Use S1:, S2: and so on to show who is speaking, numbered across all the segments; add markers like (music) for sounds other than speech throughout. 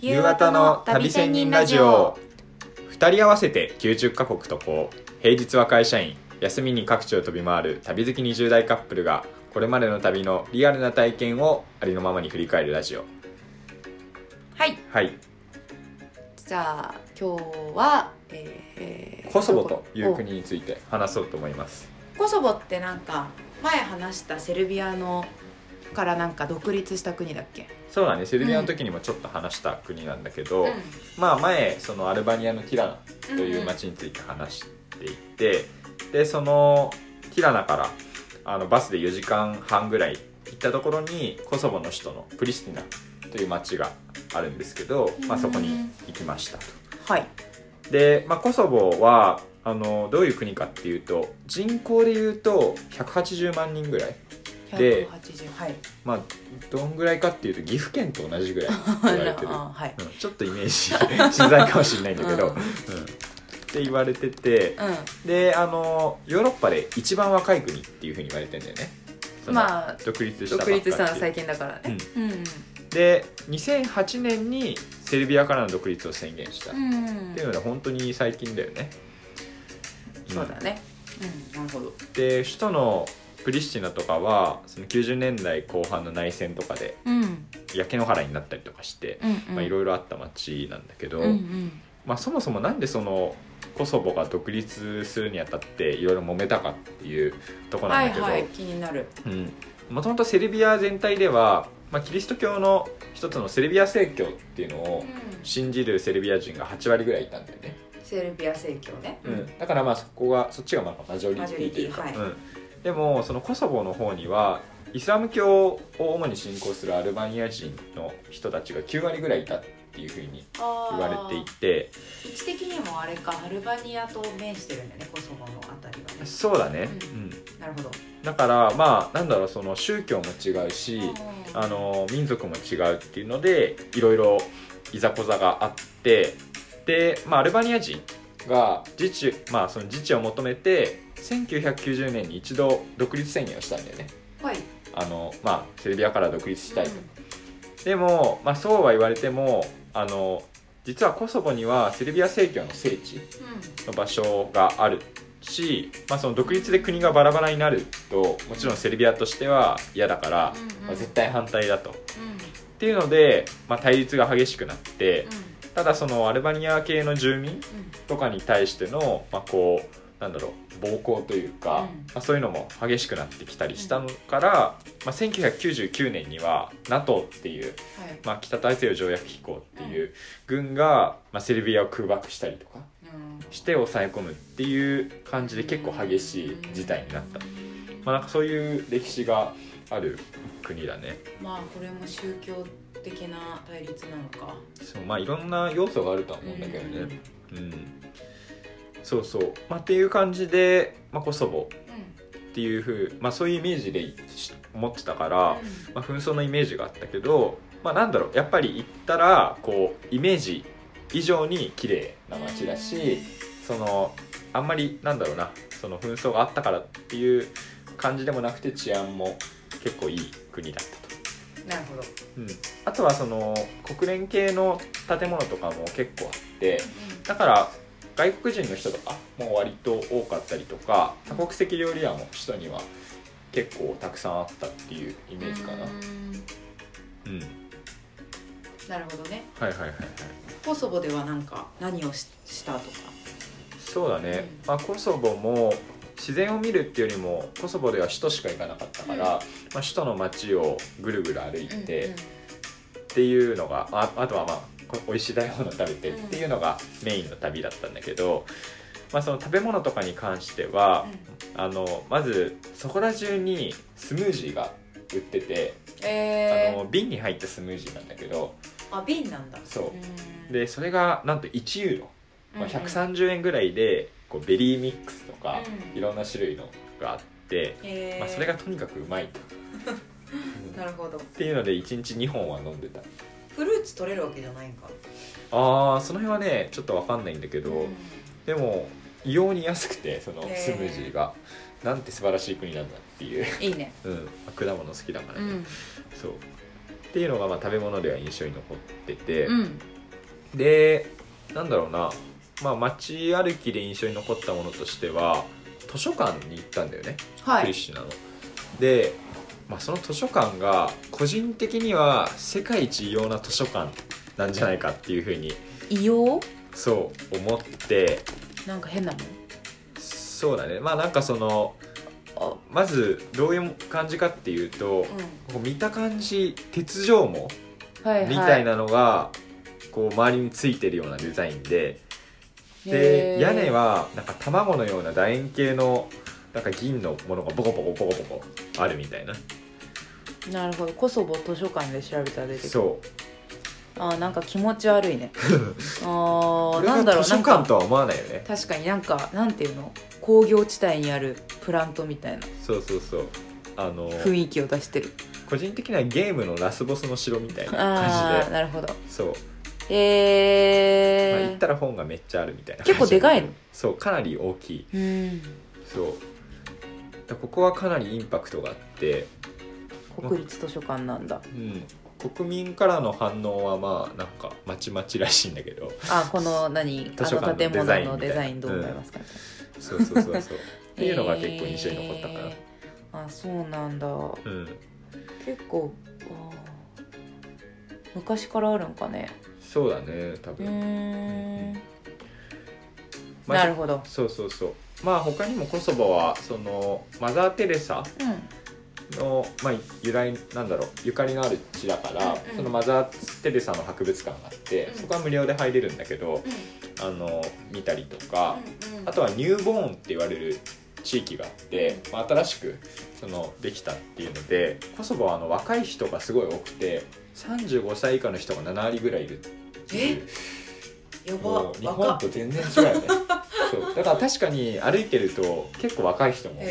S1: 夕方の旅仙人ラジオ2人合わせて90カ国渡航平日は会社員休みに各地を飛び回る旅好き20代カップルがこれまでの旅のリアルな体験をありのままに振り返るラジオ
S2: はい
S1: はい
S2: じゃあ今日は、えー
S1: コソボという国について話そうと思います
S2: おコソボってなんか前話したセルビアのからなんか独立した国だっけ
S1: そうだねセルビアの時にもちょっと話した国なんだけど、
S2: うん
S1: まあ前そのアルバニアのティラナという町について話していて、でそのティラナからあのバスで4時間半ぐらい行ったところにコソボの首都のプリスティナという町があるんですけど、まあ、そこに行きましたと。
S2: はい
S1: で、まあ、コソボはあのどういう国かっていうと人口でいうと180万人ぐらい、で
S2: 180はい
S1: まあ、どんぐらいかっていうと岐阜県と同じぐらい
S2: あ
S1: 言わ (laughs) れてる
S2: らあはい
S1: うんちょっとイメージしづらいかもしれないんだけど、
S2: う
S1: うん
S2: ん
S1: って言われててであのヨーロッパで一番若い国っていうふうに言われてんだよねそ
S2: うん
S1: の
S2: まあ
S1: 独立したば
S2: 独
S1: っかり
S2: 立したのは最近だからねうん
S1: で2008年にセルビアからの独立を宣言した、
S2: う
S1: っ
S2: んうん
S1: ていうので本当に最近だよね
S2: そうだねうんなるほど
S1: で首都のプリシティナとかはその90年代後半の内戦とかで
S2: うん
S1: 焼け野原になったりとかして、
S2: うんうん
S1: まあ、いろいろあった町なんだけど、
S2: うんうん
S1: まあ、そもそもなんでそのコソボが独立するにあたっていろいろ揉めたかっていうところな
S2: は
S1: ん
S2: い
S1: だけど、
S2: はい気になる
S1: うん、もともとセルビア全体では、まあ、キリスト教の一つのセルビア正教っていうのを信じるセルビア人が8割ぐらいいたんだよね、
S2: セルビア正教ね
S1: うん、だからまあそこがそっちがまあマジョリティというか、
S2: マジョリテ
S1: うん、でもそのコソボの方にはイスラム教を主に信仰するアルバニア人の人たちが9割ぐらいいたっていうふうに
S2: 言
S1: 言われていて
S2: 位置的にもあれかアルバニアと面してるんだよねコソボのあたりはね
S1: そうだね、
S2: う
S1: うん、
S2: なるほど
S1: だからまあなんだろうその宗教も違う
S2: う
S1: し、
S2: ん
S1: あの民族も違うっていうのでいろいろいざこざがあってで、まあ、アルバニア人が自治,、まあ、その自治を求めて1990年に一度独立宣言をしたんだよね
S2: はい
S1: あの、まあ、セルビアから独立したいと、でも、まあ、そうは言われてもあの実はコソボにはセルビア正教の聖地
S2: う
S1: の場所があるし、まあ、その独立で国がバラバラになるともちろんセルビアとしては嫌だから、
S2: んうん
S1: まあ絶対反対だと。っ
S2: うんうん
S1: ていうので、まあ、対立が激しくなってただそのアルバニア系の住民とかに対しての、まあ、こうなんだろう暴行というか、
S2: うん
S1: まあ、そういうのも激しくなってきたりしたのから、まあ、1999年には NATO っていう、
S2: はい
S1: まあ、北大西洋条約機構っていう軍が、まあ、セルビアを空爆したりと
S2: う
S1: か。
S2: ん
S1: して抑え込むっていう感じで結構激しい事態になった、まあ、なんかそういう歴史がある国だね
S2: まあこれも宗教的な対立なのか
S1: そうまあいろんな要素があるとは思うんだけどねうん、そうそう、まあ、っていう感じで、まあ、コソボっていうふう、まあ、そういうイメージでし思ってたから、
S2: あ
S1: まあ、紛争のイメージがあったけど、まあ、なんだろうやっぱり行ったらこうイメージ以上に綺麗な街だしそのあんまりなんだろうなその紛争があったからっていう感じでもなくて治安も結構いい国だったと。
S2: なるほど
S1: うん、あとはその国連系の建物とかも結構あってだから外国人の人とかも割と多かったりとか多国籍料理屋も首都には結構たくさんあったっていうイ
S2: イ
S1: メージかな。うん
S2: なるほどね
S1: はいはいはいはい
S2: コソボではなんか何をししたとか
S1: そうだね、まあ、コソボも自然を見るっていうよりもコソボでは首都しか行かなかったから、
S2: うん
S1: まあ、首都の街をぐるぐる歩いて
S2: うんうん
S1: っていうのが、ああとはまあこ美味しい食べ物食べてっていうのがメインの旅だったんだけど、まあ、その食べ物とかに関しては、あのまずそこら中にスムージーが売ってて、
S2: え
S1: あの瓶に入ったスムージーなんだけど
S2: ーあ瓶なんだ
S1: そう
S2: うん
S1: でそれがなんと1ユーロ。まあ、
S2: うんうん
S1: 130円ぐらいでこうベリーミックスとか
S2: うん
S1: いろんな種類のがあって、
S2: えー
S1: まあ、それがとにかくう
S2: (laughs)
S1: まいと、うんっ
S2: なるほど
S1: ていうので1日2本は飲んでた
S2: フルーツ取れるわけじゃないんか
S1: あーその辺はねちょっとわかんないんだけど、
S2: うん
S1: でも異様に安くてその
S2: へー
S1: スムージーが、なんて素晴らしい国なんだっていう、
S2: いいね
S1: うん、果物好きだから
S2: う
S1: ね、
S2: ん
S1: そうっていうのがまあ食べ物では印象に残ってて、
S2: うん
S1: でなんだろうな、まあ、街歩きで印象に残ったものとしては図書館に行ったんだよね、
S2: は
S1: クリ
S2: い
S1: シュナの。で、まあ、その図書館が個人的には世界一異様な図書館なんじゃないかっていうふうに
S2: 異様
S1: そう思って
S2: なんか変なも
S1: そうだねまあなんかその
S2: の
S1: まずどういう感じかっていうと、
S2: あうん
S1: こう見た感じ鉄条網
S2: はいはい
S1: みたいなのがこう周りについてるようなデザインで
S2: へ
S1: で
S2: ー
S1: 屋根はなんか卵のような楕円形のなんか銀のものがボコボコボコボコあるみたいな
S2: なるほどコソボ図書館で調べたら出てくる
S1: そう
S2: あーなんか気持ち悪
S1: (laughs)
S2: いねあ
S1: こ
S2: ー
S1: れ
S2: なんだろ
S1: は
S2: う
S1: 図
S2: な
S1: 書
S2: んか
S1: 館とは思わないよね
S2: 確かになんかなんていうの工業地帯にあるプラントみたいな
S1: そうそうそうあの
S2: 雰囲気を出してる
S1: 個人的にはゲームのラスボスの城みたいな
S2: あ
S1: 感
S2: あ
S1: じで
S2: なるほど
S1: そう、まあ、行
S2: え
S1: っ
S2: ー
S1: たら本がめっちゃあるみたいな
S2: 結構でかいの
S1: そうかなり大きい
S2: うん
S1: そうだからここはかなりインパクトがあって
S2: 国立図書館なんだ
S1: うん、国民からの反応はまあなんかまちまちらしいんだけど
S2: あこの何
S1: 図
S2: あ
S1: 書館
S2: の
S1: の
S2: 建
S1: デ
S2: 物
S1: ザイン
S2: の
S1: みたい
S2: デ
S1: な
S2: ザインどう思いますか、
S1: そうそうそうそうっていうのが結構印象に残ったかな、
S2: えーあそうなんだ
S1: (laughs) うん
S2: 結構あー昔からあるんかね
S1: そうだね多
S2: う
S1: 分、
S2: ーん
S1: まあ
S2: なるほど
S1: そうそうそうまあ他にもコソボはそのマザー・テレサ
S2: う
S1: の、まあ、由来なんだろうゆかりのある地だから、
S2: うんうん
S1: そのマザー・テレサの博物館があって、
S2: うん
S1: そこは無料で入れるんだけど
S2: ん
S1: あの見たりとか、
S2: うん
S1: あとはニューボーンって言われる地域があって、まあ、新しくそのできたっていうのでコソボはあの若い人がすごい多くて35歳以下の人が7割ぐらいいるっていう
S2: やば
S1: もう日
S2: 若
S1: 本
S2: っ
S1: と全然違うよねそうだから確かに歩いてると結構若い人も多く
S2: へ
S1: て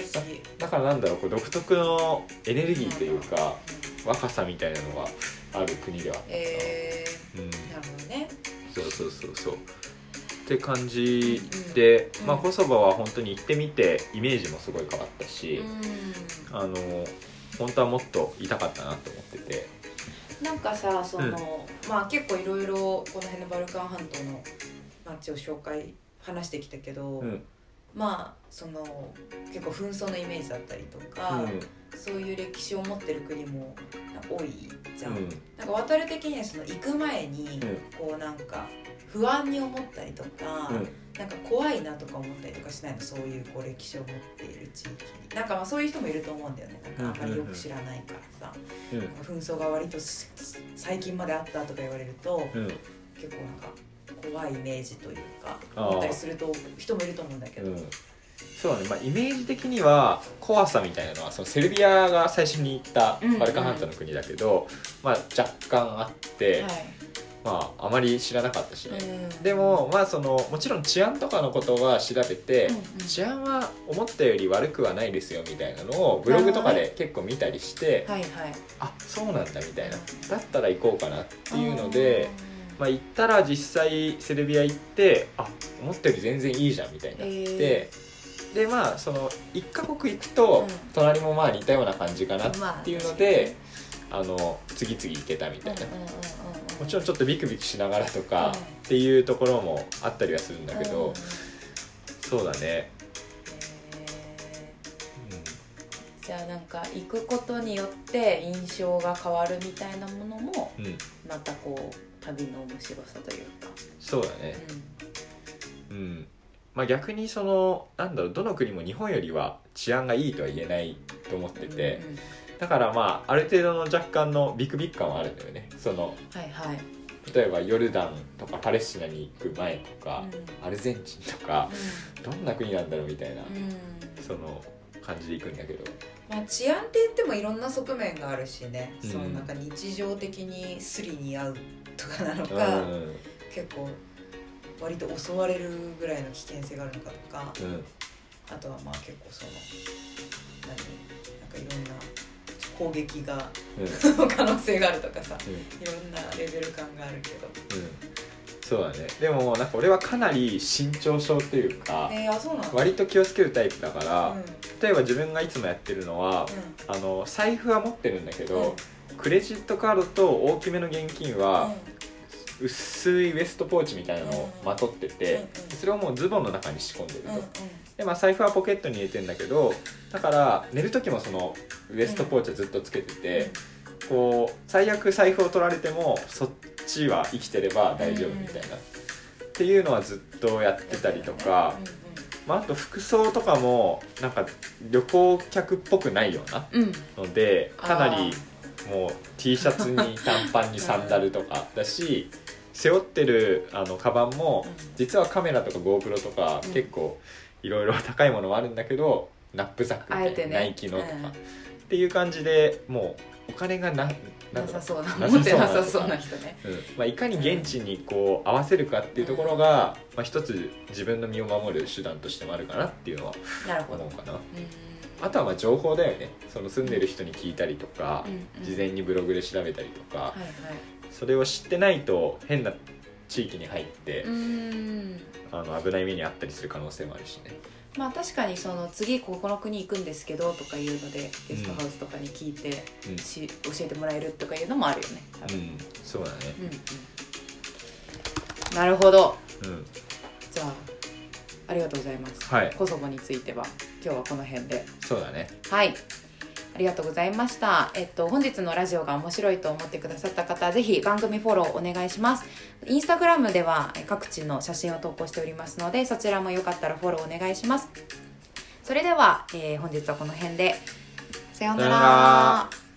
S2: え好き
S1: だからなんだろうこう独特のエネルギーというか若さみたいなのがある国ではあったかな、
S2: え
S1: うん
S2: ー、なるほどね
S1: そうそうそうそうって感じで、
S2: うん
S1: まあ、コソボは本当に行ってみてイメージもすごい変わったし、
S2: う
S1: あの本当はもっといたかったなと思ってて
S2: んなんかさその、まあ結構いろいろこの辺のバルカン半島の街を紹介話してきたけど、
S1: うん
S2: まあその結構紛争のイメージだったりと
S1: う
S2: か、
S1: ん
S2: そういう歴史を持ってる国も多いじゃん、
S1: うん
S2: なんか渡る的にはその行く前に
S1: うん
S2: こうなんか不安に思ったりとか、
S1: うん
S2: なんか怖いなとか思ったりとかしないのそういうこう歴史を持っている地域になんかまあそういう人もいると思うんだよねなんかあんまりよく知らないからさ、
S1: うん
S2: なんか紛争が割とす最近まであったとか言われると
S1: うん
S2: 結構なんか怖いイメージというか
S1: あー
S2: 思ったりすると人もいると思うんだけど、
S1: うんそうだね、まあ、イメージ的には怖さみたいなのはそのセルビアが最初に行ったバルカン半島の国だけど、まあ、若干あって、まあ、あまり知らなかったしね、
S2: うん
S1: でもまあそのもちろん治安とかのことは調べて、
S2: うんうん
S1: 治安は思ったより悪くはないですよみたいなのをブログとかで結構見たりして、
S2: はいはい
S1: あそうなんだみたいなだったら行こうかなっていうので、まあ、行ったら実際セルビア行ってあ思ったより全然いいじゃんみたいになって、
S2: へ
S1: でまあその1カ国行くと、
S2: うん
S1: 隣もまあ似たような感じかな
S2: あ
S1: っ
S2: ーまあ
S1: ていうので、あの次々行けたみ
S2: う
S1: た
S2: ん
S1: いな。
S2: うんうんうんうん
S1: もちろんちょっとビクビクしながらと
S2: うん
S1: かっていうところもあったりはするんだけど、
S2: うん
S1: そうだね、
S2: へーじゃあなんか行くことによって印象が変わるみたいなものも
S1: うん、うん、
S2: またこう旅の面白さというか、
S1: そうだね、うん、まあ逆にそのなんだろうどの国も日本よりは治安がいいとは言えないと思ってて、
S2: うんうん
S1: だからまあある程度の若干のビクビク感はあるんだよね。その
S2: はいはい、
S1: 例えばヨルダンとかパレスチナに行く前とか
S2: うん、
S1: アルゼンチンとかどんな国なんだろうみたいな、
S2: うんうん
S1: その感じで行くんだけど、
S2: まあ、治安って言ってもいろんな側面があるしね、
S1: うん
S2: そのなんか日常的にスリに遭うとかなの
S1: う
S2: か、
S1: ん、
S2: 結構割と襲われるぐらいの危険性があるのかとか、
S1: うん、
S2: あとはまあ結構その何なんかいろんな攻撃が
S1: うん。
S2: 可能性があるとかさ
S1: うん
S2: いろんなレベル感があるけど
S1: うんそうだねでもなんか俺はかなり慎重症というか、
S2: えー、あそうなの
S1: 割と気をつけるタイプだから、
S2: うんうん
S1: 例えば自分がいつもやってるのは、あの財布は持ってるんだけど、クレジットカードと大きめの現金は、薄いウエストポーチみたいなのをまとって
S2: うんうん
S1: てそれをもうズボンの中に仕込んでる
S2: うんうん
S1: とで、まあ、財布はポケットに入れてんだけどだから寝る時もそのウエストポーチはずっとつけてて、こう最悪財布を取られてもそっちは生きてれば大丈夫みたいな、っていうのはずっとやってたりとか、まあ、あと服装とかもなんか旅行客っぽくないような
S2: うんうんうん
S1: のでかなり
S2: あ
S1: もう T シャツに短パンにサンダルとかだし背負ってるあのカバンも
S2: うん
S1: 実はカメラとか GoPro とか
S2: うん
S1: 結構いろい (laughs) ろ高いものもあるんだけどナップザック
S2: あえ
S1: みた
S2: て
S1: い
S2: ね
S1: なナイキのとか
S2: うん
S1: っていう感じでもうお金がななん
S2: な
S1: だ
S2: さ
S1: ろう
S2: そうな
S1: な
S2: 持ってなさ
S1: さ
S2: そ
S1: そうう
S2: な
S1: な
S2: 人ね
S1: うんまあ、いかに現地にこう合わせるかっていうところが、まあ、一つ自分の身を守る手段としてもあるかなっていうのは
S2: なるほど
S1: 思うかな
S2: うん
S1: あとはまあ情報だよねその住んでる人に聞いたりとか、
S2: うんうん
S1: 事前にブログで調べたりとか
S2: は、いはい
S1: それを知ってないと変な地域に入って、
S2: うん
S1: あの危ない目にあったりする可能性もあるしね
S2: まあ確かにその次ここの国行くんですけどとかいうのでゲストハウスとかに聞いて
S1: うん、
S2: し教えてもらえるとかいうのもあるよね多分
S1: うん、そうだね
S2: うんうんなるほど
S1: うん
S2: じゃあありがとうございます、
S1: はい
S2: コソボについては今日はこの辺で
S1: そうだね
S2: はいありがとうございました。えっと、本日のラジオが面白いと思ってくださった方、ぜひ番組フォローお願いします。インスタグラムではえ各地の写真を投稿しておりますので、そちらもよかったらフォローお願いします。それでは、えー本日はこの辺で、さような
S1: さ
S2: ら
S1: ようなら。